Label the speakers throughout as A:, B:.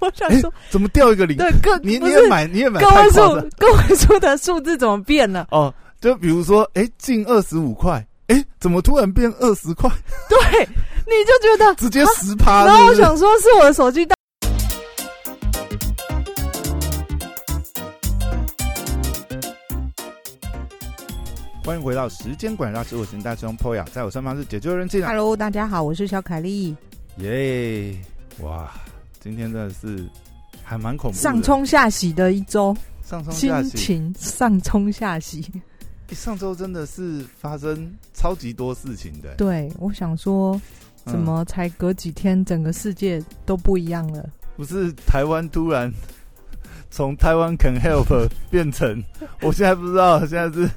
A: 我想
B: 哎
A: 说，，
B: 怎么掉一个零？
A: 对，个
B: 你
A: 不
B: 你
A: 是
B: 也买你也买
A: 个
B: 太
A: 位
B: 夸张
A: 数，个位数的数字怎么变了？
B: 哦，就比如说，哎，近二十五块，哎，怎么突然变二十块？
A: 对，你就觉得，
B: 直接十趴。
A: 啊然后我
B: 啊是不是
A: 想说是我的手机大。
B: 欢迎回到时间管大师，我是大师兄 Poya，在我身旁是解救人进来。
C: Hello，大家好，我是小凯丽。
B: 耶，哇，今天真的是还蛮恐怖的，
C: 上冲下洗的一周，
B: 上冲
C: 心
B: 下洗。
C: 情上冲下洗。
B: 诶上周真的是发生超级多事情的、
C: 对，我想说，
B: 嗯
C: 怎么才隔几天，整个世界都不一样了？
B: 不是台湾突然 从台湾 can help 变成，我现在不知道，现在是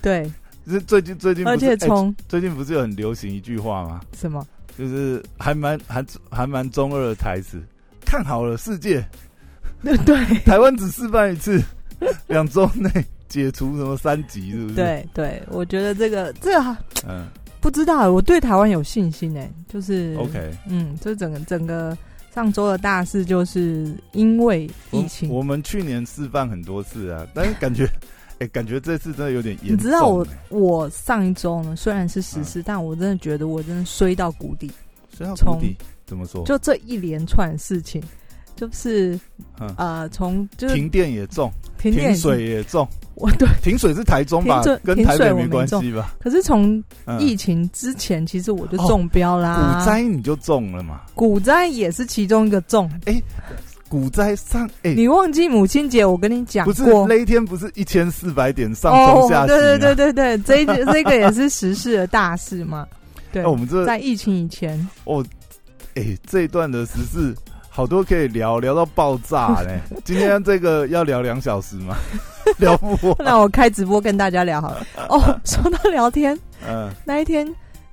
C: 对，
B: 是最近最近不
C: 而
B: 是
C: 且
B: 哎诶
C: 从
B: 最近不是有很流行一句话吗？
C: 什么？
B: 就是还蛮还还蛮中二的台词。看好了，世界，
C: 对对
B: 台湾只示范一次， 两周内解除什么三级，是不是？，
C: 对对，我觉得这个这个
B: 嗯
C: 不知道，我对台湾有信心哎，就是
B: ，OK。
C: 嗯，这整个整个上周的大事就是因为疫情
B: 哦我，我们去年示范很多次啊，但是感觉，哎、感觉这次真的有点严重、哎啊
C: 你知道我
B: 诶
C: 我上一周呢，虽然是实施，但我真的觉得我真的衰到谷底。
B: 虽然
C: 从
B: 谷底怎么说？
C: 就这一连串的事情，就是
B: 嗯，
C: 呃，从就是
B: 停电也中，
C: 停电
B: 停，水啊也中，
C: 我对。
B: 停水是台中吧
C: 停水？
B: 跟
C: 停
B: 台
C: 水
B: 北
C: 我没
B: 关
C: 中
B: 系吧？
C: 可是从
B: 嗯，
C: 疫情之前，其实我就
B: 哦
C: 中标啦。
B: 股灾你就中了嘛？
C: 股灾也是其中一个中。
B: 股灾上，哎、
C: 你忘记母亲节，我跟你讲
B: 不是
C: 过。
B: 那一天不是一千四百点上
C: 哦
B: 冲下，行、啊
C: 对对对对对，这一这个也是时事的大事 嘛。对
B: 哎、，我们这哎、哎
C: 在疫情以前，
B: 这一段的时事好多可以聊聊到爆炸 呢、今天这个要聊两小时吗？聊不完。
C: 那我开直播跟大家聊好 了。哦，说到聊天，
B: 嗯，
C: 那一天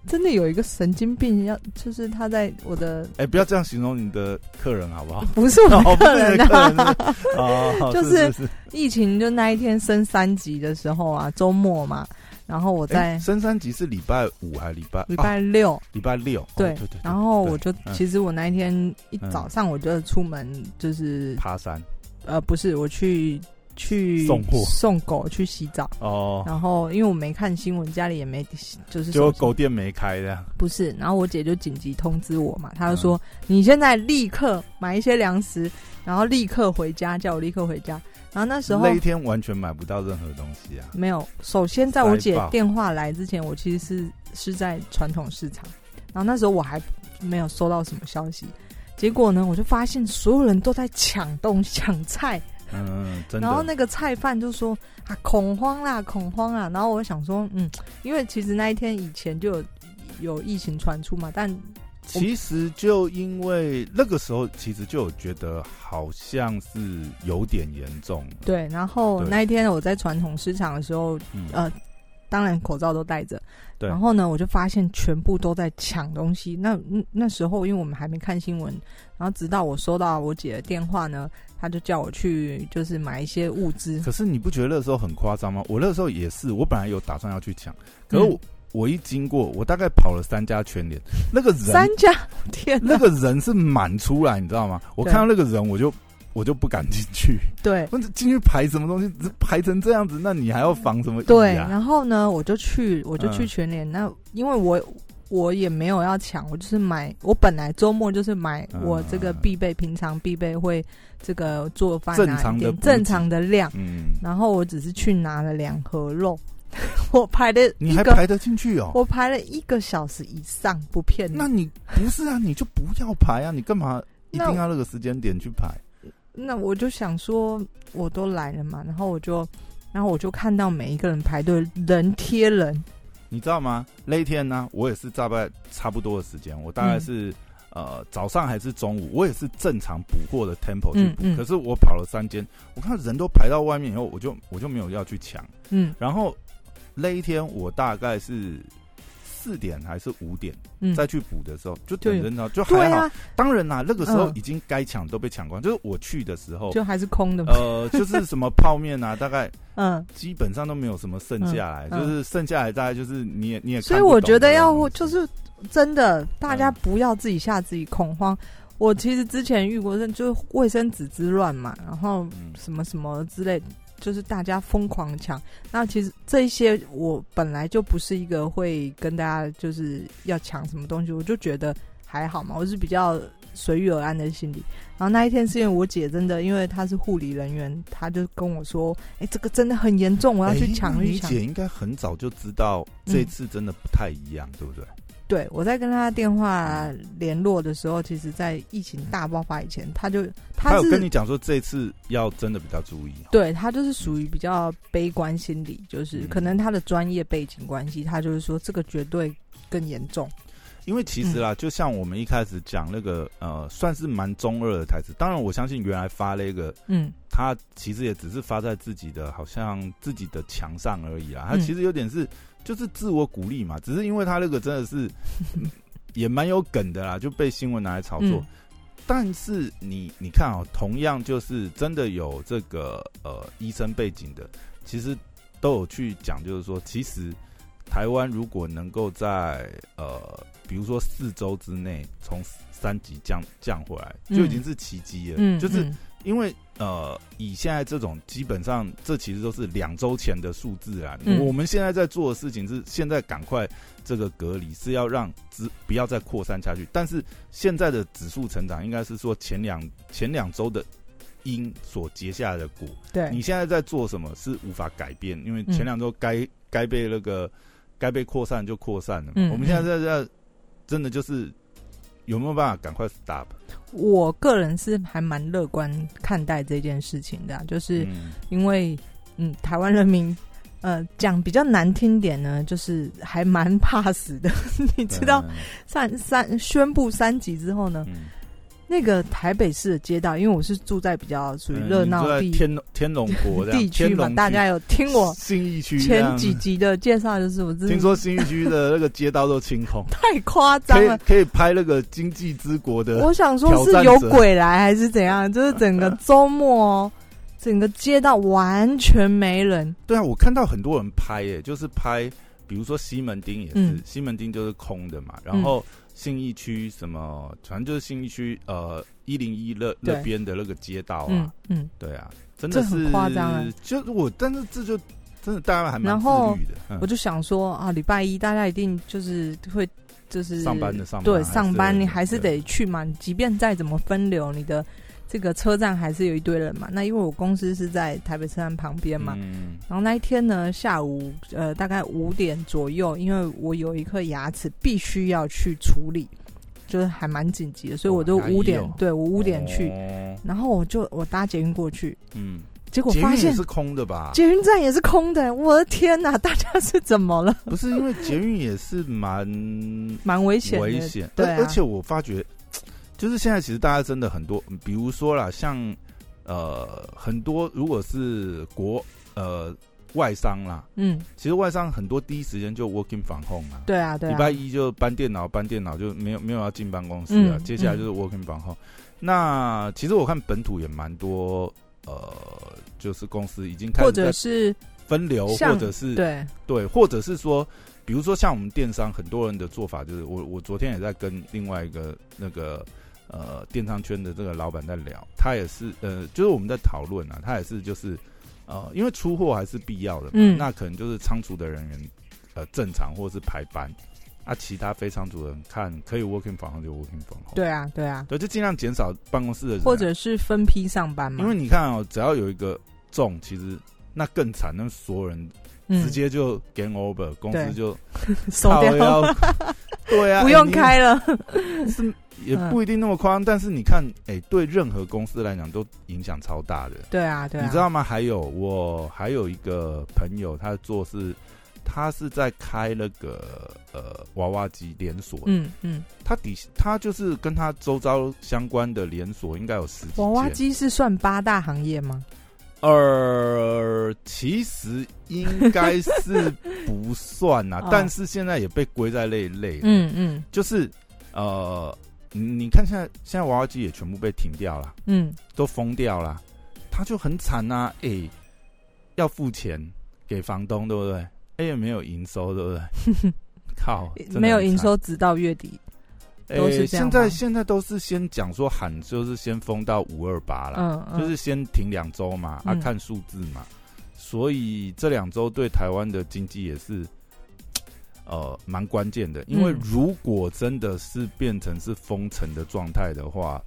C: 真的有一个神经病要，就是他在我的
B: 哎、不要这样形容你的客人好 不好？
C: 不是我的
B: 哦，不
C: 客
B: 是你的
C: 人
B: 客人
C: 啊，
B: 是哦，
C: 就是
B: 是是
C: 疫情就那一天升三级的时候啊，周末嘛，然后我
B: 哎
C: 在
B: 深山集是礼拜五还是礼拜
C: 礼
B: 啊
C: 拜六，
B: 礼拜六？哦
C: 对
B: 对对对，
C: 然后我就
B: 嗯
C: 其实我那一天一
B: 嗯
C: 早上我就出门，就是
B: 爬山
C: 呃不是我去去
B: 送货
C: 送狗去洗澡，
B: 哦，
C: 然后因为我没看新闻，家里也没就是
B: 结果
C: 手机
B: 狗店没开这样，
C: 不是，然后我姐就紧急通知我嘛，她就说、
B: 嗯
C: 你现在立刻买一些粮食，然后立刻回家，叫我立刻回家。然后那时候
B: 那一天完全买不到任何东 西啊。
C: 没有，首先在我姐
B: 塞爆
C: 电话来之前，我其实是是在传统市场，然后那时候我还没有收到什么消息。结果呢，我就发现所有人都在抢东西抢菜，
B: 嗯，真的。
C: 然后那个菜贩就说啊恐慌啦，恐慌啦。然后我想说，嗯，因为其实那一天以前就有有疫情传出嘛，但
B: 其实就因为那个时候，其实就有觉得好像是有点严重了。
C: 对，然后
B: 对
C: 那一天我在传统市场的时候，
B: 嗯，
C: 呃当然口罩都戴着。
B: 对
C: 然后呢，我就发现全部都在抢东西。那嗯那时候因为我们还没看新闻，然后直到我收到我姐的电话呢，她就叫我去就是买一些物资。
B: 可是你不觉得那时候很夸张吗？我那时候也是，我本来有打算要去抢，可
C: 嗯
B: 是我、我一经过，我大概跑了三家 全联，那个
C: 三
B: 人
C: 家，天哪！
B: 那个人是满出来，你知道吗？我
C: 对
B: 看到那个人，我就我就不敢进去，
C: 对
B: 我进去排什么东西，只是排成这样子，那你还要防什么、啊？
C: 对，然后呢，我就去我就去
B: 嗯
C: 全联。那因为我我也没有要抢，我就是买。我本来周末就是买
B: 嗯
C: 我这个必备，平常必备会这个做饭啊，
B: 正常的
C: 一点
B: 补给
C: 正常的量。
B: 嗯，
C: 然后我只是去拿了两盒肉， 我排了
B: 你
C: 一
B: 还
C: 个
B: 排得进去哦？
C: 我排了一个小时以上，不骗你。
B: 那你不是啊？ 你就不要排啊！你干嘛一定要那个时间点去排？
C: 那我就想说，我都来了嘛，然后我就，然后我就看到每一个人排队人贴人，
B: 你知道吗？那一天呢、我也是大概差不多的时间，我大概
C: 嗯
B: 是、呃早上还是中午，我也是正常补货的 tempo 去
C: 嗯
B: 补。
C: 嗯
B: 可是我跑了三间，我看人都排到外面以后，我就我就没有要去抢。
C: 嗯
B: 然后那一天我大概是四点还是五点、
C: 嗯，
B: 再去补的时候，就
C: 对
B: 等人潮就
C: 对
B: 还好。
C: 啊，
B: 当然啦、那个时候
C: 嗯
B: 已经该抢都被抢光，就是我去的时候。
C: 就还是空的嘛，
B: 呃，就是什么泡面啊，大概
C: 嗯，
B: 基本上都没有什么剩下来，
C: 嗯嗯
B: 就是剩下来大概就是你也你也看不懂的东西，
C: 所以我觉得要就是真的，大家
B: 嗯
C: 不要自己吓自己恐慌。我其实之前遇过，就是卫生纸之乱嘛，然后
B: 嗯
C: 什么什么之类，就是大家疯狂抢。那其实这一些我本来就不是一个会跟大家就是要抢什么东西，我就觉得还好嘛，我是比较随遇而安的心理。然后那一天是因为我姐真的，因为她是护理人员，她就跟我说：“哎、这个真的很严重，我要去
B: 哎
C: 抢，
B: 那
C: 我要
B: 你
C: 去抢。嗯
B: 姐应该很早就知道这次真的不太一样，对不对？
C: 对，我在跟她电话联络的时候，其实，在疫情大爆发以前，她就她
B: 她有
C: 是
B: 跟你讲说这次要真的比较注意哦。
C: 对他就是属于比较悲观心理，就是
B: 嗯
C: 可能他的专业背景关系，他就是说这个绝对更严重。
B: 因为其实
C: 嗯
B: 啦，就像我们一开始讲那个呃，算是蛮中二的台词。当然，我相信原来发那个，
C: 嗯
B: 他其实也只是发在自己的好像自己的墙上而已啦。他
C: 嗯
B: 其实有点是就是自我鼓励嘛，只是因为他那个真的是 嗯也蛮有梗的啦，就被新闻拿来炒作。
C: 嗯
B: 但是你你看哦，同样就是真的有这个呃医生背景的，其实都有去讲，就是说，其实台湾如果能够在呃，比如说四周之内从三级降降回来，
C: 嗯
B: 就已经是奇迹了。
C: 嗯，
B: 就是
C: 嗯
B: 因为呃，以现在这种基本上这其实都是两周前的数字啊。
C: 嗯
B: 我们现在在做的事情是现在赶快这个隔离是要让只不要再扩散下去，但是现在的指数成长应该是说前两前两周的因所结下的果，
C: 对，
B: 你现在在做什么是无法改变，因为
C: 嗯
B: 前两周该该被那个该被扩散就扩散了嘛。
C: 嗯
B: 我们现在在在真的就是有没有办法赶快 stop？
C: 我个人是还蛮乐观看待这件事情的啊、就是
B: 嗯
C: 因为嗯，台湾人民。呃，讲比较难听点呢，就是还蛮怕死的。 你知
B: 啊
C: 道，三三宣布三级之后呢，
B: 嗯
C: 那个台北市的街道，因为我是住在比较属于
B: 嗯
C: 热闹
B: 你住在
C: 地
B: 天龙天龙国这样
C: 地区
B: 天
C: 嘛
B: 龙，
C: 大家有听我
B: 信义区这
C: 前
B: 样
C: 几集的介绍，就是我真
B: 听
C: 的，
B: 说信义区的那个街道都清空
C: 太夸 张
B: 可以呃
C: 了。
B: 可以拍那个经济之国的，
C: 我想说是有鬼来还是怎样，就是整个周末哦，整个街道完全没人。
B: 对啊，我看到很多人拍耶、就是拍，比如说西门町也是，
C: 嗯
B: 西门町就是空的嘛，然后信义区什么，反正就是信义区呃一零一那
C: 对
B: 那边的那个街道啊，
C: 嗯嗯，
B: 对啊，真的
C: 这
B: 是
C: 很夸张啊
B: 就是我，但是这就真的大家还蛮
C: 然
B: 自
C: 后
B: 律的，嗯
C: 我就想说啊，礼拜一大家一定就是会就是
B: 上班的上班
C: 对
B: 还是
C: 上班，你还是
B: 对
C: 得去嘛。你即便再怎么分流，你的这个车站还是有一堆人嘛。那因为我公司是在台北车站旁边嘛，
B: 嗯
C: 然后那一天呢，下午呃大概五点左右，因为我有一颗牙齿必须要去处理，就是还蛮紧急的，所以我就
B: 哇牙医
C: 五点，
B: 哦
C: 对我五点去，
B: 哦
C: 然后我就我搭捷运过去，
B: 嗯，
C: 结果
B: 捷
C: 发
B: 运也
C: 现
B: 是空的吧？
C: 捷运站也是空的，我的天哪，大家是怎么了？
B: 不是因为捷运也是蛮
C: 蛮危险的，
B: 危险，
C: 对
B: 而
C: 啊
B: 而且我发觉，就是现在其实大家真的很多，比如说啦，像呃很多如果是国呃外商啦，
C: 嗯，
B: 其实外商很多第一时间就 working from home 啊。
C: 对啊，对
B: 礼
C: 啊，
B: 拜一就搬电脑，搬电脑就没有没有要进办公室了。啊
C: 嗯
B: 接下来就是 working from home。那其实我看本土也蛮多，呃，就是公司已经开
C: 或
B: 始在
C: 者是
B: 分流，
C: 像
B: 或者是
C: 对，
B: 对，或者是说，比如说像我们电商，很多人的做法就是，我我昨天也在跟另外一个那个呃电商圈的这个老板在聊，他也是呃，就是我们在讨论啊，他也是就是呃，因为出货还是必要的嘛，
C: 嗯
B: 那可能就是仓储的人员呃正常或是排班，啊，其他非仓储的人看可以 working 房就 working 房
C: 对啊，对啊，
B: 对，就尽量减少办公室的人啊，
C: 或者是分批上班嘛，
B: 因为你看哦，只要有一个重，其实那更惨，那所有人
C: 嗯
B: 直接就 game over，、公司
C: 对
B: 就
C: 收
B: 靠
C: 掉，
B: 腰对 啊，
C: 不
B: 哎
C: 用
B: 你
C: 开 了，
B: 是也
C: 嗯
B: 不一定那么夸张，但是你看，哎、对任何公司来讲都影响超大的，
C: 对啊，对啊，
B: 你知道吗？还有我还有一个朋友，他做是，他是在开那个呃娃娃机连锁，
C: 嗯嗯，
B: 他底他就是跟他周遭相关的连锁应该有十几
C: 娃娃
B: 间
C: 机是算八大行业吗？
B: 呃，其实应该是不算呐、
C: 哦
B: 但是现在也被归在那一类。，
C: 嗯嗯
B: 就是呃，你你看现在现在娃娃机也全部被停掉了，
C: 嗯，
B: 都封掉了，他就很惨呐、啊，哎、要付钱给房东，对不 对？
C: 嗯
B: 哎、也没有营收，对不对？靠，真的很
C: 没有营
B: 惨
C: 收，直到月底。都是
B: 诶
C: 这样
B: 现
C: 吗
B: 在现在都是先讲说喊，就是先封到五二八啦，
C: 嗯嗯，
B: 就是先停两周嘛，啊
C: 嗯，
B: 看数字嘛。所以这两周对台湾的经济也是，呃，蛮关键的。因为
C: 嗯
B: 如果真的是变成是封城的状态的话，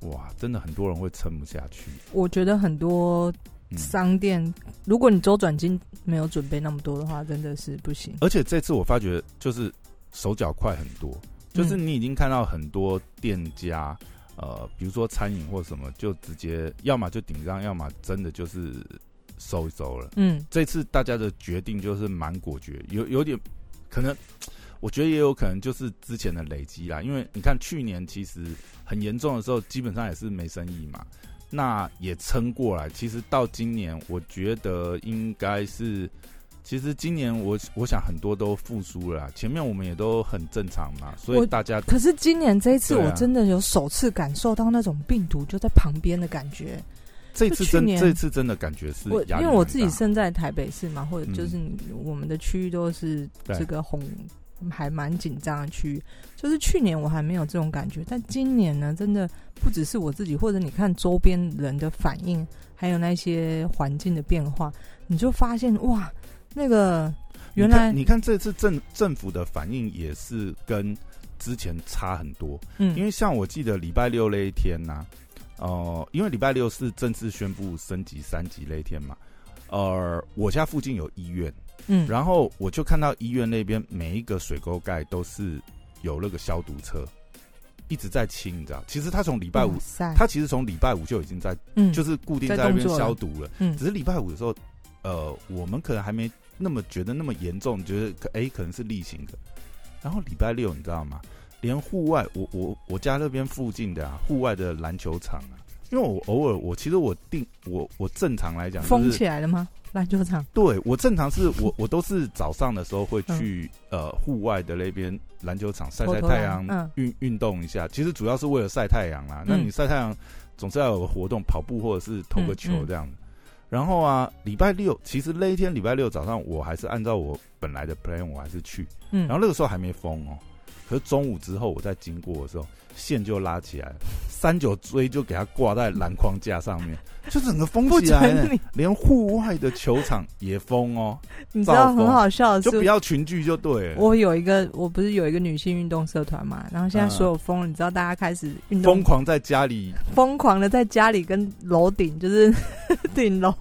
B: 哇，真的很多人会撑不下去。
C: 我觉得很多
B: 嗯，
C: 商店，如果你周转金没有准备那么多的话，真的是不行。
B: 而且这次我发觉就是手脚快很多，就是
C: 嗯
B: 你已经看到很多店家，呃，比如说餐饮或什么，就直接要么就顶上，要么真的就是收一收了。
C: 嗯
B: 这次大家的决定就是蛮果决，有有点可能，我觉得也有可能就是之前的累积啦。因为你看去年其实很严重的时候，基本上也是没生意嘛，那也撑过来。其实到今年，我觉得应该是，其实今年我我想很多都复苏了啦前面我们也都很正常嘛，所
C: 我
B: 以大家
C: 可是今年这一次，
B: 对啊
C: 我真的有首次感受到那种病毒就在旁边的感觉。
B: 这次
C: 去
B: 真
C: 年
B: 这次真的感觉是
C: 我
B: 压
C: 因
B: 力
C: 为我
B: 蛮
C: 自己
B: 大嗯
C: 身在台北市嘛，或者就是你我们的区域都是
B: 对
C: 这个红，还蛮紧张的区域。就是去年我还没有这种感觉，但今年呢，真的不只是我自己，或者你看周边人的反应，还有那些环境的变化，你就发现哇，那个原来
B: 你看你看这次政政府的反应也是跟之前差很多，
C: 嗯，
B: 因为像我记得礼拜六那一天呐、呃，因为礼拜六是正式宣布升级三级那一天嘛，呃，我家附近有医院，
C: 嗯
B: 然后我就看到医院那边每一个水沟盖都是有那个消毒车一直在清，你知道？其实他从礼拜五
C: 哇，塞，
B: 他其实从礼拜五就已经在，
C: 嗯
B: 就是固定
C: 在
B: 在那边
C: 动作了
B: 消毒了，
C: 嗯
B: 只是礼拜五的时候，呃，我们可能还没那么觉得那么严重，觉得可哎、可能是例行的。然后礼拜六你知道吗？连户外，我我我家那边附近的啊，户外的篮球场啊，因为我偶尔我其实我定我我正常来讲
C: 封
B: 就是
C: 起来了吗？篮球场，
B: 对我正常是我我都是早上的时候会去、呃户外的那边篮球场晒晒太阳
C: 嗯投投篮，
B: 运运、动一下。其实主要是为了晒太阳啦。那
C: 嗯
B: 你晒太阳总是要有个活动，跑步或者是投个
C: 嗯
B: 球
C: 嗯
B: 这样子。然后啊，礼拜六其实那一天礼拜六早上，我还是按照我本来的 plan，我还是去。
C: 嗯，
B: 然后那个时候还没封哦，可是中午之后我在经过的时候，线就拉起来了，三九锥就给它挂在篮框架上 面，就整个封
C: 不
B: 起来了
C: 准。你，
B: 连户外的球场也封哦，
C: 你知道很好笑的
B: 就是不，要群聚就对了。
C: 我有一个，我不是有一个女性运动社团嘛，然后现在所有疯了，你知道大家开始运动
B: 疯狂在家里
C: 疯狂的在家里跟楼顶，就是 顶楼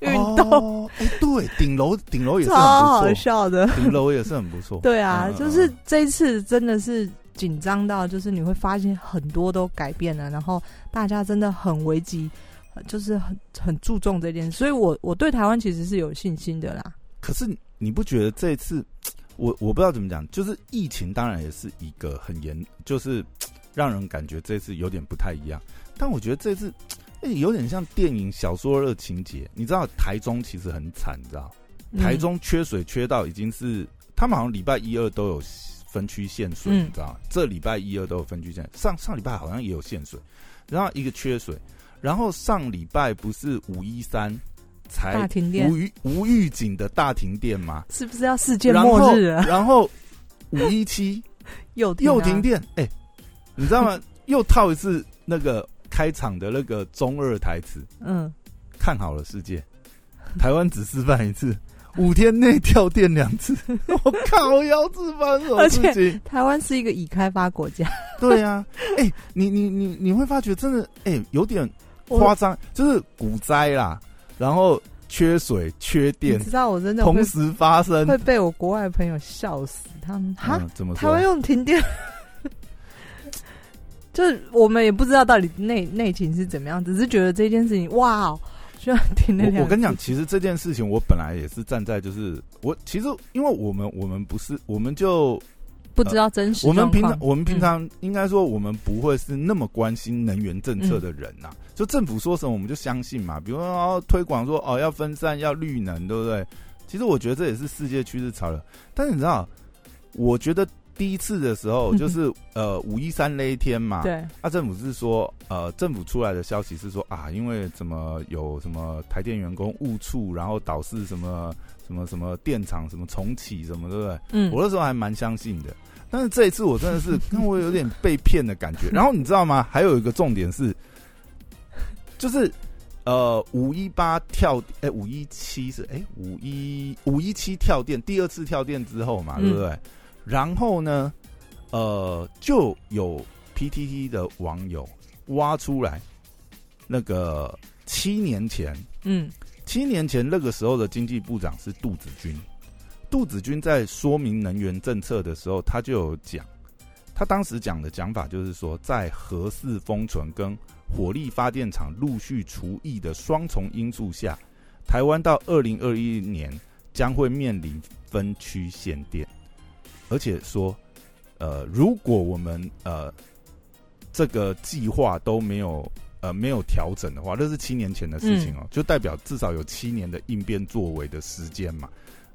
C: 运动，
B: 哦哎、对，顶楼顶楼也是
C: 超
B: 很
C: 好
B: 不错，
C: 笑的。
B: 顶楼也是很不错。
C: 对啊
B: 嗯，嗯
C: 就是这一次真的是紧张到，就是你会发现很多都改变了，然后大家真的很危机，呃就是很很注重这件事，所以我我对台湾其实是有信心的啦。
B: 可是你不觉得这一次，我我不知道怎么讲，就是疫情当然也是一个很严，就是让人感觉这次有点不太一样。但我觉得这次哎有点像电影小说的情节，你知道台中其实很惨，你知道
C: 嗯
B: 台中缺水缺到已经是，他们好像礼拜一二都有分区限水，
C: 嗯
B: 你知道吗？这礼拜一二都有分区限，上上礼拜好像也有限水，然后一个缺水，然后上礼拜不是五一三
C: 大
B: 才
C: 停电
B: 无预无预警的大停电吗？
C: 是不是要世界
B: 然
C: 末
B: 后
C: 日了？
B: 然后五一七
C: 又
B: 又
C: 啊
B: 停电，哎、你知道吗？又套一次那个开场的那个中二台词，
C: 嗯，
B: 看好了世界，台湾只示范一次，五天内跳电两次。 我靠，要自翻什么事
C: 而
B: 情？
C: 台湾是一个已开发国家，
B: 对啊，哎、你你你你会发觉真的，哎、有点
C: 我
B: 夸张，就是股灾啦，然后缺水、缺
C: 你
B: 电
C: 知道我真的会
B: 同时发生。嗯
C: 会被我国外的朋友笑死，他们哈，
B: 嗯，怎么
C: 台
B: 说
C: 湾？用停电， 就是我们也不知道到底内内情是怎么样，只是觉得这件事情哇，居然停了两
B: 我
C: 次
B: 我跟你讲，，其实这件事情我本来也是站在，就是我其实因为我们我们不是，我们就
C: 不知道真实
B: 呃我们
C: 状
B: 平
C: 况嗯
B: 常我们平常应该说我们不会是那么关心能源政策的人呐、就政府说什么我们就相信嘛，比如说、哦、推广说哦要分散要绿能，对不对？其实我觉得这也是世界趋势潮流，但是你知道，我觉得第一次的时 候就是、呃五一三那一天嘛，
C: 对，
B: 啊，政府是说，呃，政府出来的消息是说啊，因为怎么有什么台电员工误触，然后导致什么什么什么电厂什么重启什么，对不对？
C: 嗯，
B: 我那时候还蛮相信的。但是这一次我真的是， 让我有点被骗的感觉。然后你知道吗？还有一个重点是，就是呃五一八跳，哎五一七是哎五一五一七跳电，第二次跳电之后嘛，
C: 嗯
B: 对不对？然后呢，呃就有 PTT 的网友挖出来那个七年前
C: 嗯
B: 七年前那个时候的经济部长是杜子君，杜子君在说明能源政策的时候，他就有讲，他当时讲的讲法就是说，在核四封存跟火力发电厂陆续除役的双重因素下，台湾到二零二一年将会面临分区限电，而且说，呃，如果我们呃这个计划都没有呃没有调整的话，那是七年前的事情哦，就代表至少有七年的应变作为的时间嘛。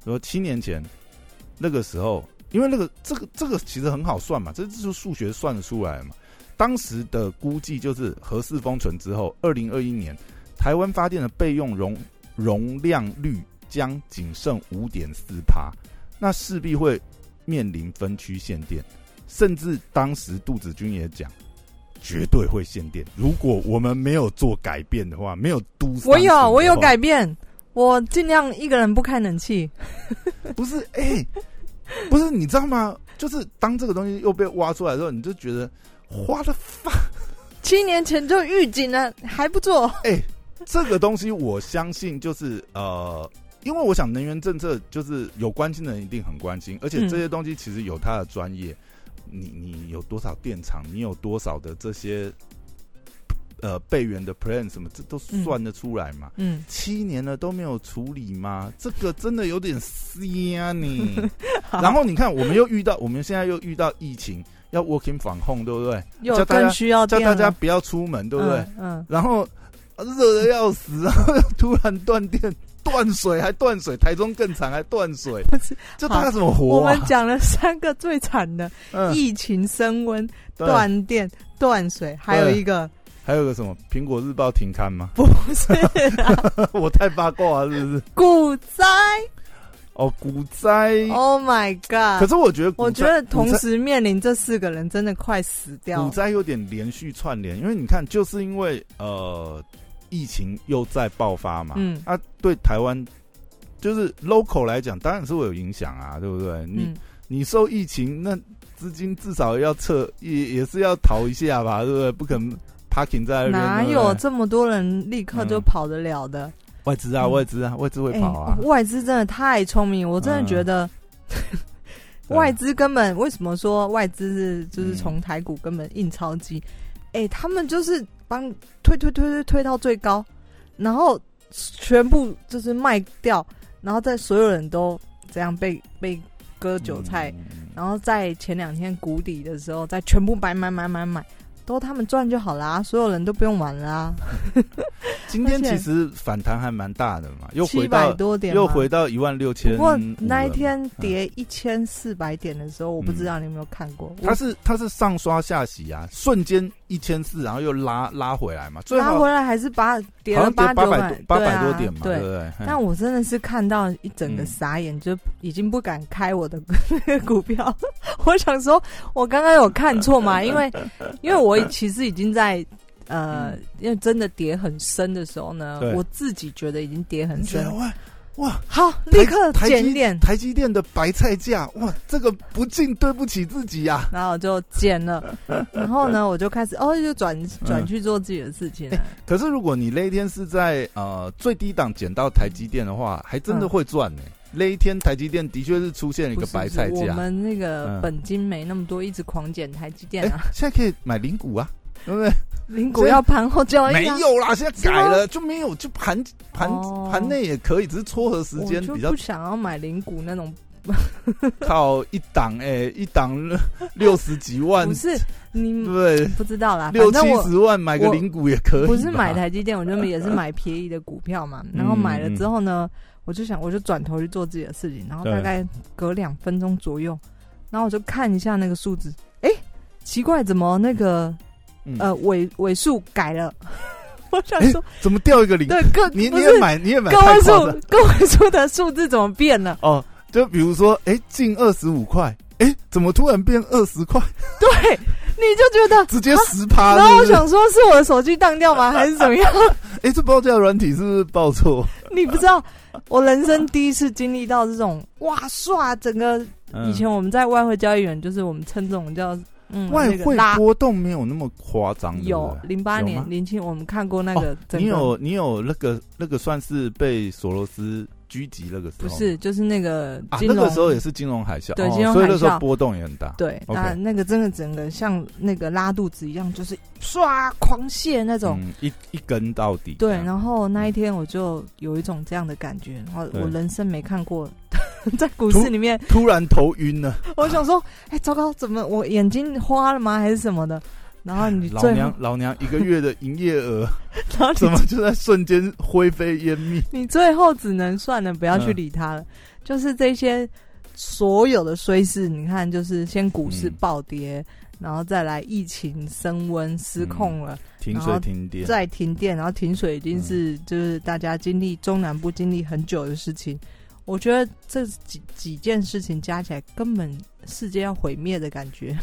B: 说七年前那个时候，因为那个这个这个其实很好算嘛，这就是数学算得出来嘛。当时的估计就是核四封存之后，二零二一年台湾发电的备用容容量率将仅剩五点四趴，那势必会面临分区限电，甚至当时杜子君也讲。绝对会限电。如果我们没有做改变的话，没有都，
C: 我有我有改变，我尽量一个人不开冷气。
B: 不是哎、不是你知道吗？就是当这个东西又被挖出来之后，你就觉得花的
C: 七年前就预警了，还不 做。
B: 这个东西，我相信就是呃，因为我想能源政策就是有关心的人一定很关心，而
C: 嗯
B: 且这些东西其实有他的专业，你你有多少电厂，你有多少的这些呃备援的 plan 什么，这都算得出来嘛。
C: 嗯，
B: 七年了都没有处理吗？这个真的有点瞎你。
C: 好
B: 然后你看，我们又遇到，我们现在又遇到疫情，要 working from home，对不对？
C: 又
B: 叫大家
C: 更需要
B: 叫
C: 电
B: 大家
C: 了
B: 不要出门，对不对？？
C: 嗯嗯，
B: 然后呃热的要死， 然后又突然断电、断水，还断水，台中更惨，还断水
C: 不是，
B: 这大家怎么
C: 我
B: 活
C: 们
B: 啊？
C: 讲了三个最惨的：
B: 嗯，
C: 疫情升温、
B: 对，
C: 断电、断水，还有一个
B: 还有个什么《苹果日报》停刊吗？
C: 不是啊
B: 我太八卦了，是不是？
C: 股灾。
B: 哦，股灾。
C: Oh my
B: 可
C: god！
B: 是我觉得
C: 我
B: 股灾，
C: 觉得
B: 股
C: 同
B: 灾
C: 时哦面临这四个人真的快死掉
B: 股
C: 了。
B: 灾有点连续串联，因为你看，就是因为呃疫情又在爆发嘛，
C: 嗯
B: 啊，对台湾就是 local 来讲，当然是会有影响啊，对不对？你、
C: 嗯，
B: 你受疫情，那资金至少要撤，也也是要逃一下吧，对不对？不可能 parking 在那边，
C: 哪
B: 对不对
C: 有这么多人立刻就
B: 嗯
C: 跑得了的？
B: 外资啊，
C: 嗯
B: 外资啊，外资会
C: 哎
B: 跑啊，
C: 外资真的太聪明，我真的
B: 嗯
C: 觉得
B: 对
C: 外资根本为什么说外资是就是
B: 嗯
C: 从台股根本印钞机？哎、他们就是帮推推推推推到最高，然后全部就是卖掉，然后在所有人都这样被被割韭菜，
B: 嗯，
C: 然后在前两天谷底的时候再全部买买买买买，都他们赚就好啦，所有人都不用玩啦，
B: 今天
C: 而且
B: 其实反弹还蛮大的嘛，又
C: 七
B: 回
C: 百
B: 到
C: 多点嘛，
B: 又回到一万六千，
C: 不过那一嗯天跌一千四百点的时候，我不知道你有没有看过，
B: 它是它是上刷下洗啊，瞬间一千四，然后又拉拉回来嘛，
C: 我
B: 最
C: 拉
B: 后
C: 回来还是八跌
B: 好
C: 了
B: 像跌八
C: 九啊
B: 百多八百多点嘛，对不
C: 对。
B: 对？嘿
C: 但我真的是看到一整个
B: 嗯
C: 傻眼，就已经不敢开我的股票。 我想说，我刚刚有看错嘛？因 为因为我其实已经在呃
B: 嗯，
C: 因为真的跌很深的时候呢
B: 对，
C: 我自己觉得已经跌很
B: 你觉
C: 深
B: 得，哇哇，
C: 好，
B: 台
C: 立刻
B: 台
C: 减
B: 积
C: 点，
B: 台积电的白菜价，哇，这个不进对不起自己呀、
C: 然后我就减了，然后 呢，我就开始哦，就转
B: 嗯
C: 转去做自己的事情了。
B: 可是如果你那一天是在呃最低档捡到台积电的话，还真的会赚呢、那一天台积电的确是出现了一
C: 不
B: 个
C: 是
B: 白菜
C: 不是我
B: 价，
C: 们那个
B: 嗯
C: 本金没那么多，一直狂减台积
B: 哎、
C: 电啊，
B: 现在可以买零股啊，对不对？
C: 零股要盘后交
B: 没
C: 易啊。
B: 有啦，现在改
C: 是
B: 了就没有，就盘盘
C: 哦
B: 盘内也可以，只是撮合时
C: 我
B: 间
C: 就
B: 比较
C: 不想要买零股那种，
B: 靠一档哎、一档六十几万
C: 不，是
B: 对
C: 你
B: 不对？
C: 不知道啦，
B: 嗯六
C: 反
B: 七
C: 正我
B: 十万买个
C: 我
B: 零股也可以吧，嗯
C: 不是买台积电，我就也是买便宜的股票嘛。然后买了之后呢，我就想我就转头去做自己的事情，然后大
B: 对
C: 概隔两分钟左右，然后我就看一下那个数字，哎、奇怪，怎么那个
B: 嗯
C: 呃尾尾数改了？ 我想说，
B: 怎么掉一个零？
C: 对个
B: 你
C: 不
B: 你
C: 是
B: 也买你也买
A: 个
B: 太
A: 位
B: 夸张
A: 数，个位数的数字怎么变了？
B: 哦，就比如说，哎、近二十五块，哎、怎么突然变二十块，
C: 对，你就觉得。
B: 直接十趴？
C: 啊然后我
B: 是不是
C: 想说，是我的手机当掉吗，还是怎么 样？
B: 哎、这报价软体是不是报错？
C: 你不知道，我人生第一次经历到这种哇刷，整个
B: 嗯
C: 以前我们在外汇交易员，就是我们称这种叫嗯
B: 外
C: 那个
B: 汇
C: 拉
B: 波动没有那么夸张，
C: 有
B: 对
C: 零八
B: 有吗
C: 年零七，我们看过那个
B: 不
C: 整
B: 对你
C: 个
B: 有你有那个那个算是被索罗斯狙击那个时候
C: 不
B: 吗，
C: 是就是那个
B: 哦啊？
C: 金
B: 那
C: 融
B: 个时候也是金融海啸，
C: 对
B: 哦
C: 金融
B: 所以那时
C: 海
B: 候
C: 啸
B: 波动也很大。
C: 对，
B: OK
C: 那那个真的整个像那个拉肚子一样，就是刷狂泻那种。
B: 嗯，一一根到底。
C: 对，
B: 这样
C: 然后那一天我就有一种这样的感觉，然后
B: 对
C: 我人生没看过， 在股市里 面，
B: 突然头晕了，
C: 我想说，哎、糟糕，怎么我眼睛花了吗，还是什么的？然后啊你
B: 老
C: 最后
B: 娘，老娘一个月的营业额
C: 然后
B: 怎
C: 你
B: 么就在瞬间灰飞烟灭？
C: 你最后只能算了，不要去
B: 嗯
C: 理它了。就是这些所有的衰事，你看，就是先股市
B: 嗯
C: 暴跌，然后再来疫情升温失控了，
B: 停
C: 然
B: 水
C: 后
B: 停电，
C: 再停电，然后停水已经
B: 嗯
C: 是就是大家经历中南部经历很久的事情。我觉得这几几件事情加起来，根本世界要毁灭的感 觉。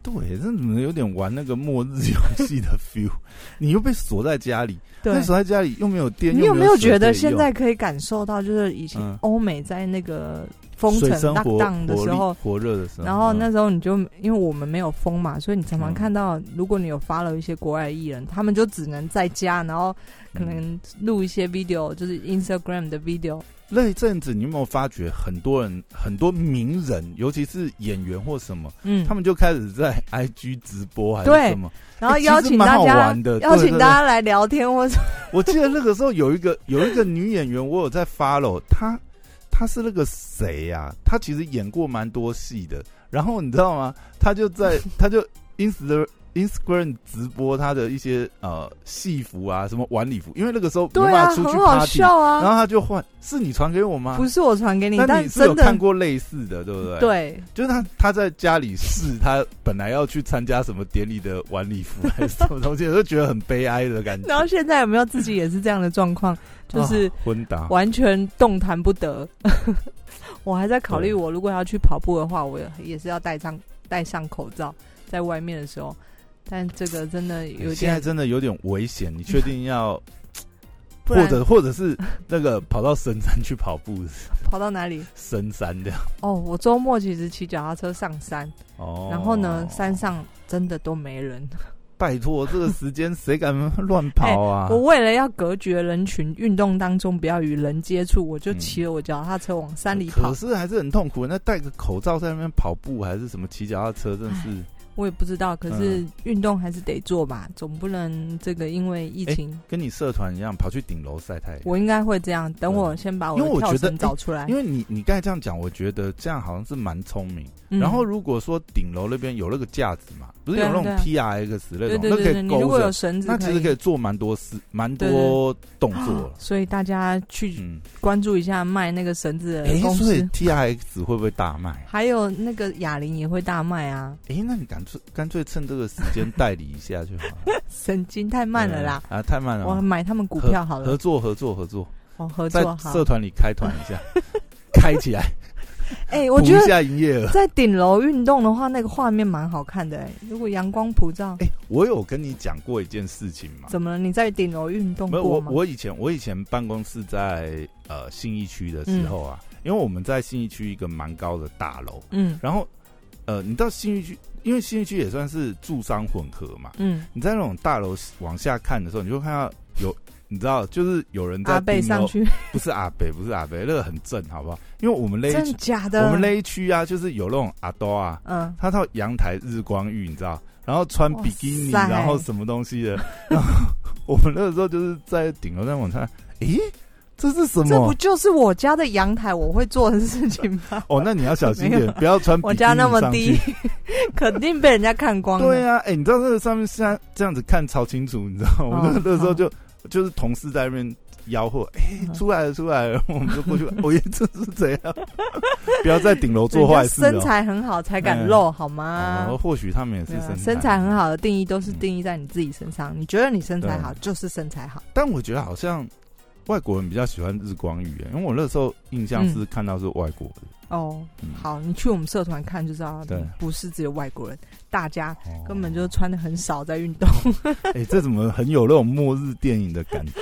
B: 对，这怎么有点玩那个末日游戏的 feel？你又被锁在家里，
C: 对
B: 那，锁在家里又没有电，
C: 你
B: 又
C: 有
B: 没
C: 没有
B: 水
C: 觉得
B: 可以
C: 现
B: 用
C: 在可以感受到，就是以前
B: 嗯
C: 欧美在那个封城
B: 水深
C: lock
B: 火
C: down 的
B: 火
C: 时
B: 力
C: 候，
B: 火热的时候，
C: 然后那
B: 嗯
C: 时候你就因为我们没有封嘛，所以你常常
B: 嗯
C: 看到，如果你有发了一些国外艺人，他们就只能在家，然后可能录一些 video，就是 Instagram 的 video。
B: 那一阵子，你有没有发觉很多人很多名人，尤其是演员或什么，
C: 嗯
B: 他，们就开始在 IG 直播还是
C: 对
B: 什么？
C: 然后
B: 欸其
C: 邀
B: 实
C: 请
B: 蛮
C: 大
B: 好
C: 家
B: 玩的
C: 邀
B: 呃对
C: 请
B: 对
C: 大家来聊天，或者
B: 我记得那个时候有一个有一个女演员，我有在 follow 她，她是那个谁呀、她其实演过蛮多戏的。然后你知道吗？她就在她就 Insta Instagram 直播她的一些呃戏服啊，什么晚礼服，因为那个时候没
C: 对啊，
B: 办法出
C: 很
B: 去
C: 好
B: party，、
C: 笑
B: 然后
C: 啊。
B: 她就换，是你传给我吗
C: 不？是我传给你，
B: 但
C: 但
B: 你是有
C: 真
B: 看
C: 的
B: 过类似的，对不对？，
C: 对，
B: 就是她她在家里试她本来要去参加什么典礼的晚礼服还是什么东西，我就觉得很悲哀的感觉，
C: 然后现在有没有自己也是这样的状况， 就是
B: 啊昏倒。
C: 完全动弹不得。 我还在考虑，
B: 对
C: 我如果要去跑步的话，我也是要戴上戴上口罩，在外面的时候。但这个真的有
B: 现在
C: 点，
B: 真的有点危险，你确定要
C: 不
B: 或
C: 然
B: 者或者是那个跑到深山去跑步，
C: 跑到哪里？
B: 深山这样
C: 哦，我周末其实骑脚踏车上山，
B: 哦。
C: 然后呢，山上真的都没人。
B: 拜托，这个时间谁敢乱跑啊？
C: 哎我为了要隔绝人群，运动当中不要与人接触，我就骑了我脚踏车往山里跑
B: 嗯可。是还是很痛苦。那戴个口罩在那边跑步，还是什么骑脚踏车，真的是
C: 我也不知道，可是运动还是得做
B: 嗯
C: 吧，总不能这个因为疫情，
B: 跟你社团一样，跑去顶楼晒太阳。
C: 我应该会这样。等我先把我
B: 嗯因为
C: 的
B: 我
C: 跳
B: 觉得
C: 绳找出来
B: 因。为你你刚才这样讲，我觉得这样好像是蛮聪明。
C: 嗯
B: 然后如果说顶楼那边有那个架子嘛，不是
C: 对
B: 有
C: 啊
B: 那种
C: 对啊
B: P R X 那
C: 对
B: 种，
C: 对
B: 那
C: 对
B: 可
C: 对，
B: 以
C: 你如
B: 勾
C: 果
B: 着
C: 有绳子，
B: 那其实可以。做蛮多事、蛮
C: 对哦
B: 多动作了。
C: 所以大家去
B: 嗯，
C: 关注一下卖那个绳子的、
B: 哎
C: 呃公
B: 所以
C: 司，
B: T R X 会不会大卖？
C: 还有那个哑铃也会大卖啊！
B: 哎、那你干脆干脆趁这个时间代理一下就好了。
C: 神经太 慢了啦，
B: 嗯啊，太慢了
C: 我
B: 吗。
C: 买他们股
B: 合
C: 票好
B: 合
C: 了，
B: 作合作合作，
C: 哦，合
B: 在
C: 作好
B: 社。团里开团 一下，开起来，
C: 哎，我
B: 补
C: 觉
B: 一
C: 得
B: 下营业 额。
C: 在顶楼运动的话，那个画面蛮好看的、欸。如果阳光普照，
B: 哎、我有跟你讲过一件事情吗？
C: 怎么了？你在顶楼运动
B: 没有，我
C: 过吗？
B: 我以前我以前办公室在呃信义区的时候啊，因为我们在信义区一个蛮高的大楼，
C: 嗯
B: 然后，呃，你到信义区，因为信义区也算是住商混合嘛，
C: 嗯，
B: 你在那种大楼往下看的时候，你就会看到有，你知道，就是有人在
C: 阿贝
B: 顶楼
C: 上，去，
B: 不是阿北，不是阿北，那个很正，好不好？因为我们那
C: 真
B: 一
C: 的
B: 区，
C: 假的？
B: 我们那一区啊，就是有那种阿多啊，
C: 嗯，
B: 他到阳台日光浴，你知道，然后穿比基尼，
C: 哇塞
B: 然后什么东西的，然后我们那个时候就是在顶楼在往下，咦，这是什
C: 这不
B: 么？
C: 就是我家的阳台我会做的事情 吗？
B: 哦，那你要小心一
C: 没
B: 点
C: 有，
B: 不要穿比
C: 我
B: 基尼
C: 家那么
B: 上去
C: 低。，肯定被人家看光了。
B: 对啊，哎、你知道那个上面现在这样子看超清楚，你知道吗？我
C: 哦
B: 那那时候就就是同事在那边吆喝，哎、
C: 嗯
B: 出来了出来了， 我们就过去，我也这是怎 样？不要在顶楼做坏事
C: 人家身
B: 哦。
C: 材很好才敢露，好吗？
B: 哦，或许他们也是
C: 对啊
B: 身材嗯
C: 身材很，好的
B: 啊
C: 定义都是定义在你自己身上，你觉得你身材好就是身材好。
B: 但我觉得好像外国人比较喜欢日光浴，因为我那时候印象
C: 嗯
B: 是看到是外国人。
C: 哦，
B: 嗯
C: 好，你去我们社团看就知道，
B: 对
C: 不是只有外国人，大家
B: 哦
C: 根本就穿的很少在运动。
B: 哎、这怎么很有那种末日电影的感觉？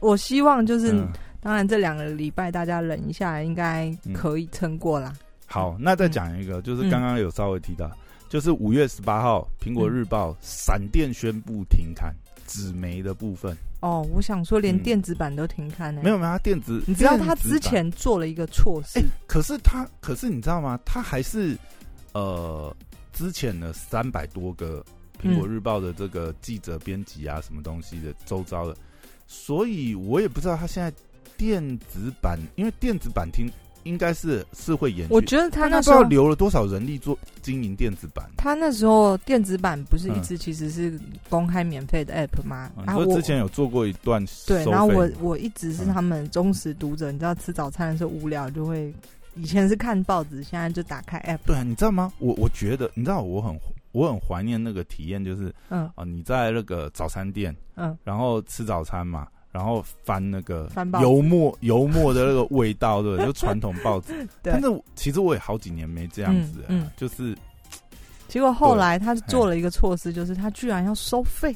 C: 我希望 就是，
B: 嗯，
C: 当然这两个礼拜大家忍一下，应该可以撑过啦。
B: 好，那再讲一个，
C: 嗯
B: 就是刚刚有稍微提到，就是五月十八号，《苹果日报》闪电宣布停刊纸媒的部分，
C: 哦，我想说，连
B: 嗯
C: 电子版都停刊呢、
B: 没有没有，它电子，
C: 你知道他
B: 电子
C: 之
B: 版
C: 前做了一个措施，
B: 哎、可是他，可是你知道吗？他还是呃，之前的三百多个《苹果日报》的这个记者、编辑啊，什么东西的周遭的，所以我也不知道他现在电子版，因为电子版听应该是是会延续，
C: 我觉得他
B: 但他
C: 那
B: 不
C: 时
B: 知道
C: 候
B: 留了多少人力做经营电子版。
C: 他那时候电子版不是
B: 嗯
C: 一直其实是公开免费的 app 吗？
B: 啊、你
C: 然后
B: 说
C: 我
B: 之前有做过一段收
C: 对
B: 费，
C: 然后我
B: 吗
C: 我一直是
B: 嗯
C: 他们忠实读者，你知道吃早餐的时候无聊就会，以前是看报纸，现在就打开 app，
B: 对啊，你知道吗？我我觉得，你知道我很我很怀念那个体验，就是
C: 嗯
B: 啊，你在那个早餐店，
C: 嗯，
B: 然后吃早餐嘛，然后翻那个
C: 翻报纸
B: 油墨油墨的那个味道，对不对？就传统报纸。
C: 对
B: 但是我其实我也好几年没这样子了，啊
C: 嗯嗯
B: 就是
C: 结果后来他是做了一个措施，就是他居然要收费，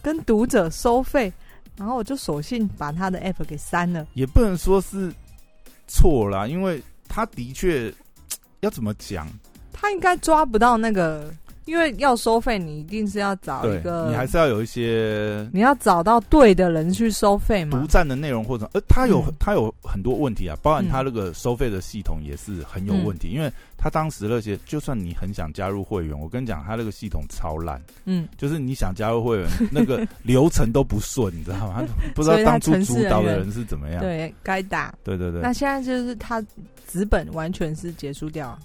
C: 跟读者收费，然后我就索性把他的 app 给删了。
B: 也不能说是错啦，因为他的确要怎么讲，
C: 他应该抓不到那个，因为要收费，你一定是要找
B: 对
C: 一个，
B: 你还是要有一些
C: 你要找到对的人去收费
B: 独
C: 嘛。
B: 占的内容或者，呃，它有
C: 嗯
B: 它有很多问题啊，包含
C: 嗯
B: 它那个收费的系统也是很有问题，因为它当时那些，就算你很想加入会员，我跟你讲，它那个系统超烂，
C: 嗯，
B: 就是你想加入会员，那个流程都不顺，你知道吗？它 不知道
C: 所以它
B: 当初
C: 程式
B: 主导
C: 人
B: 的
C: 员
B: 人是怎么样。
C: 对，该打。
B: 对对对
C: 那，现在就是他纸本完全是结束掉啊，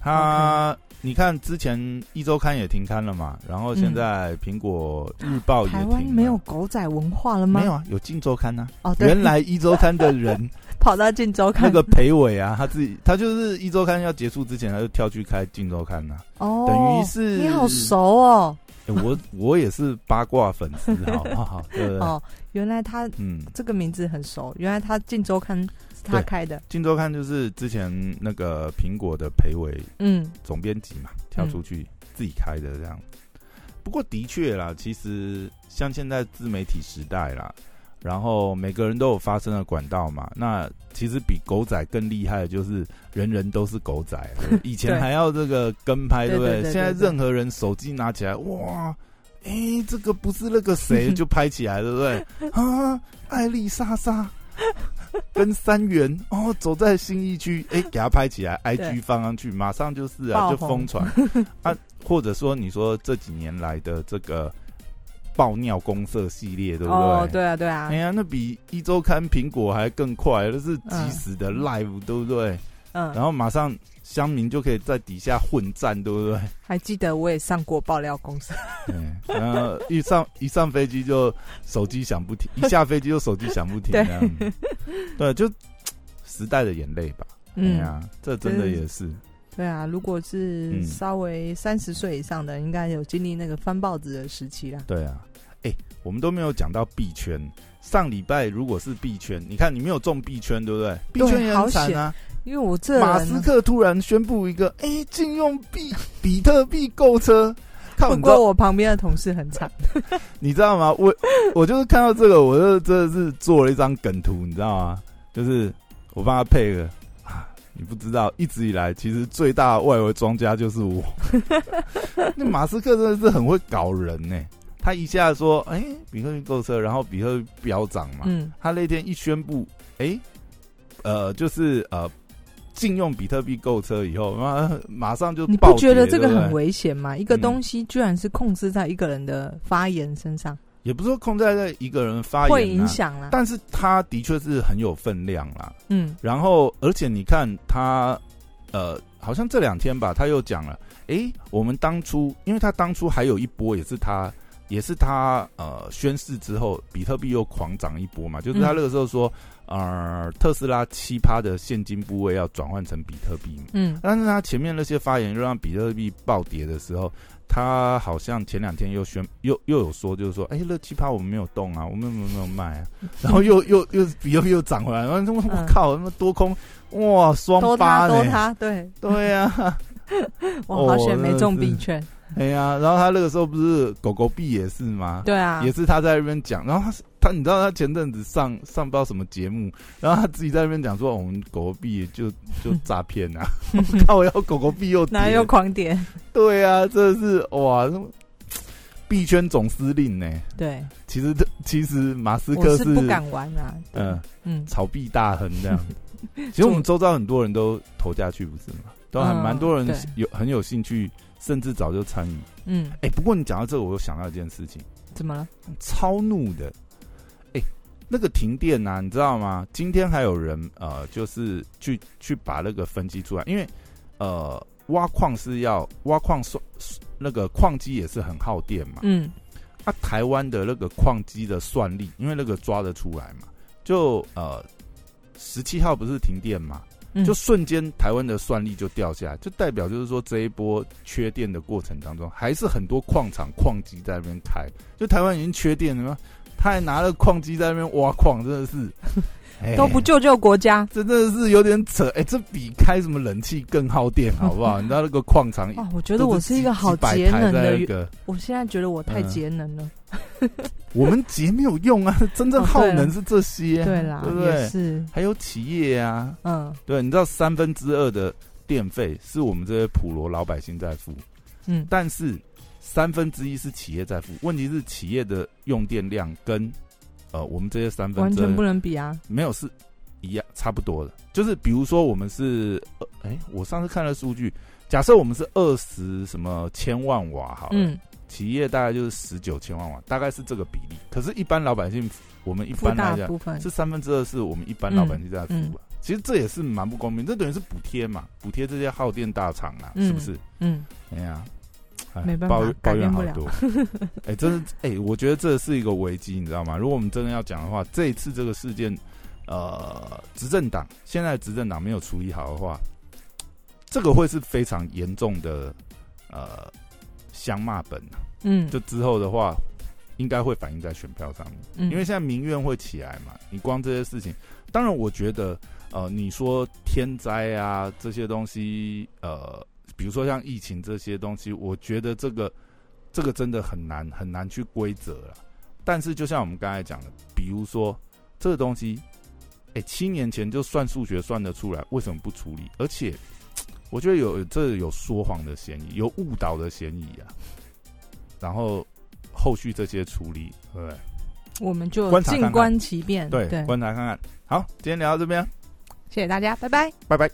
B: 它你看之前一周刊也停刊了嘛，然后现在苹果日报哦也
C: 嗯台
B: 停了
C: 湾没有狗仔文化了吗？
B: 没有啊，有近周刊呐、
C: 哦，对，
B: 原来一周刊的人。
C: 跑到晋州
B: 那
C: 看
B: 个裴伟啊，他自己他就是一周刊要结束之前，他就跳去开《镜周刊》呐，
C: 哦，
B: 等于是
C: 你好熟哦
B: 欸我我也是八卦粉丝，好不好？对不 对？
C: 哦，原来他
B: 嗯，《
C: 这个名字很熟，原来他晋州看是他
B: 对
C: 开的，
B: 镜周刊》就是之前那个苹果的裴伟
C: 嗯
B: 总编辑嘛，跳出去自己开的这样。不过的确啦，其实像现在自媒体时代啦，然后每个人都有发声的管道嘛。那其实比狗仔更厉害的就是人人都是狗仔啊， 以前
C: 对
B: 还要这个跟拍，
C: 对
B: 不
C: 对对对
B: 现在
C: 对
B: 任何人手机拿起来，哇，哎、这个不是那 个谁就拍起来，对不对？啊，艾丽莎莎。跟三元哦，走在新一区，哎、给他拍起来
C: 对
B: ，IG 放上去，马上就是啊，
C: 爆
B: 就
C: 红
B: 疯传 啊，或者说你说这几年来的这个爆尿公社系列，对不对？
C: 哦，对啊对啊
B: 哎，呀，那比一周刊苹果还更快，那是及时的 live，、对不对？
C: 嗯，
B: 然后马上乡民就可以在底下混战，对不 对？
C: 还记得我也上过爆料公 司，
B: 嗯，然后一上一上飞机就手机响 不停，一下飞机就手机响不停，
C: 对
B: 这样子，对，就时代的眼泪吧。哎
C: 嗯，
B: 呀，这真的也是，
C: 对啊，如果是
B: 嗯
C: 稍微三十岁以上的，应该有经历那个翻报纸的时期啦。
B: 对啊。哎，我们都没有讲到币圈。上礼拜如果是币圈，你看你没有中币圈，对不对？币圈也很惨啊。
C: 因为我这
B: 马
C: 人
B: 斯克突然宣布一个，哎、禁用币比特币购车。看，
C: 不
B: 你知道
C: 过我旁边的同事很惨，
B: 你知道吗？我我就是看到这个，我就真的是做了一张梗图，你知道吗？就是我帮他配了啊，你不知道，一直以来其实最大的外围庄家就是我。 那马斯克真的是很会搞人呢、他一下说，哎、比特币购车，然后比特币飙涨嘛，
C: 嗯
B: 他那天一宣布，哎、呃，就是呃，禁用比特币购车以后，马马上就
C: 你
B: 暴
C: 不觉得
B: 跌
C: 这个
B: 对不对
C: 很危险吗？一个
B: 嗯
C: 东西居然是控制在一个人的发言身上，
B: 也不是说控制在一个人发言、啊、
C: 会影，响啦。
B: 但是他的确是很有分量啦。
C: 嗯，
B: 然后，而且你看他，呃，好像这两天吧，他又讲了，哎、我们当初，因为他当初还有一波也是他也是他呃宣誓之后，比特币又狂涨一波嘛，就是他那个时候说，呃，特斯拉七趴的现金部位要转换成比特币嘛，
C: 嗯
B: 但是他前面那些发言又让比特币暴跌的时候，他好像前两天又宣又又有说，就是说，哎、那七趴我们没有动啊，我们没有没有卖啊， 然后又又又比特币又涨回来，然后我
C: 嗯
B: 靠，他妈多空哇
C: 都
B: 双
C: 他
B: 八
C: 都
B: 呢，
C: 他，对，
B: 对呀、啊。
C: 我
B: 哦
C: 好险没中
B: 真的是
C: 币圈，
B: 哎呀，然后他那个时候不是狗狗币也是吗？
C: 对啊
B: 也，是他在那边讲，然后他是他你知道他前阵子上上不知道什么节目，然后他自己在那边讲说、哦我们狗狗币就就诈骗啊， 我靠，我要狗狗币又跌
C: 那又狂点，
B: 对啊，真的是哇，那种币圈总司令呢、
C: 对，
B: 其实其实马斯
C: 我
B: 克
C: 是不敢玩啊，
B: 嗯、
C: 嗯，
B: 炒币大亨 这样。其实我们周遭很多人都投下去，不是吗？都还
C: 嗯
B: 蛮多人
C: 对
B: 有很有兴趣，甚至早就参与。
C: 嗯，
B: 哎、不过你讲到这个，我又想到一件事情，
C: 怎么了？
B: 超怒的。哎、那个停电呐、你知道吗？今天还有人呃，就是去去把那个分析出来，因为呃，挖矿是要挖矿算那个矿机也是很耗电嘛。
C: 嗯
B: 啊，台湾的那个矿机的算力，因为那个抓得出来嘛，就呃。十七号不是停电嘛？
C: 嗯，
B: 就瞬间台湾的算力就掉下来，就代表就是说这一波缺电的过程当中，还是很多矿场矿机在那边开，就台湾已经缺电了吗？他还拿了矿机在那边挖矿，真 的是哎
C: 都不救救国家，
B: 这真的是有点扯，哎、这比开什么冷气更耗电，好不好？你知道那个矿场
C: 哇，哦我觉得我是一个好
B: 都是几
C: 节能
B: 几百台在
C: 的
B: 那
C: 人，
B: 个，
C: 我现在觉得我太节能了。
B: 我们节没有用啊，真正
C: 哦
B: 耗
C: 对
B: 能是这些啊、
C: 对啦，
B: 对不
C: 也
B: 对？
C: 是，
B: 还有企业啊，
C: 嗯
B: 对，你知道三分之二的电费是我们这些普罗老百姓在付，
C: 嗯，
B: 但是三分之一是企业在付。问题是企业的用电量跟呃我们这些三分
C: 完
B: 之
C: 全不
B: 二
C: 能比啊。
B: 没有是一样差不多的。就是比如说我们是呃，哎、我上次看了数据，假设我们是二十什么千万瓦好了，
C: 嗯，
B: 企业大概就是十九千万瓦，大概是这个比例。可是，一般老百姓我们一
C: 附
B: 般来
C: 大
B: 讲
C: 部分
B: 这三分之二是我们一般老百姓在付
C: 嗯嗯
B: 啊。其实这也是蛮不公平，这等于是补贴嘛，补贴这些耗电大厂啊，
C: 嗯
B: 是不是？
C: 嗯，
B: 哎呀，哎
C: 没办法
B: 抱怨
C: 改
B: 抱怨
C: 变不
B: 好
C: 了
B: 多。 哎，真是哎，我觉得这是一个危机，你知道吗？如果我们真的要讲的话，这一次这个事件，呃，执政党现在执政党没有处理好的话，这个会是非常严重的呃相骂本啊。
C: 嗯，
B: 就之后的话，应该会反映在选票上面。
C: 嗯
B: 因为现在民怨会起来嘛，你光这些事情，当然我觉得，呃，你说天灾啊这些东西，呃，比如说像疫情这些东西，我觉得这个这个真的很难很难去规则了。但是就像我们刚才讲的，比如说这个东西，哎、七年前就算数学算得出来，为什么不处理？而且我觉得有这有说谎的嫌疑，有误导的嫌疑啊。然后后续这些处理，对不对？
C: 我们就
B: 观察看看
C: 静观其变。
B: 对，
C: 对，
B: 观察看看。好，今天聊到这边，
C: 谢谢大家，拜拜。
B: 拜拜。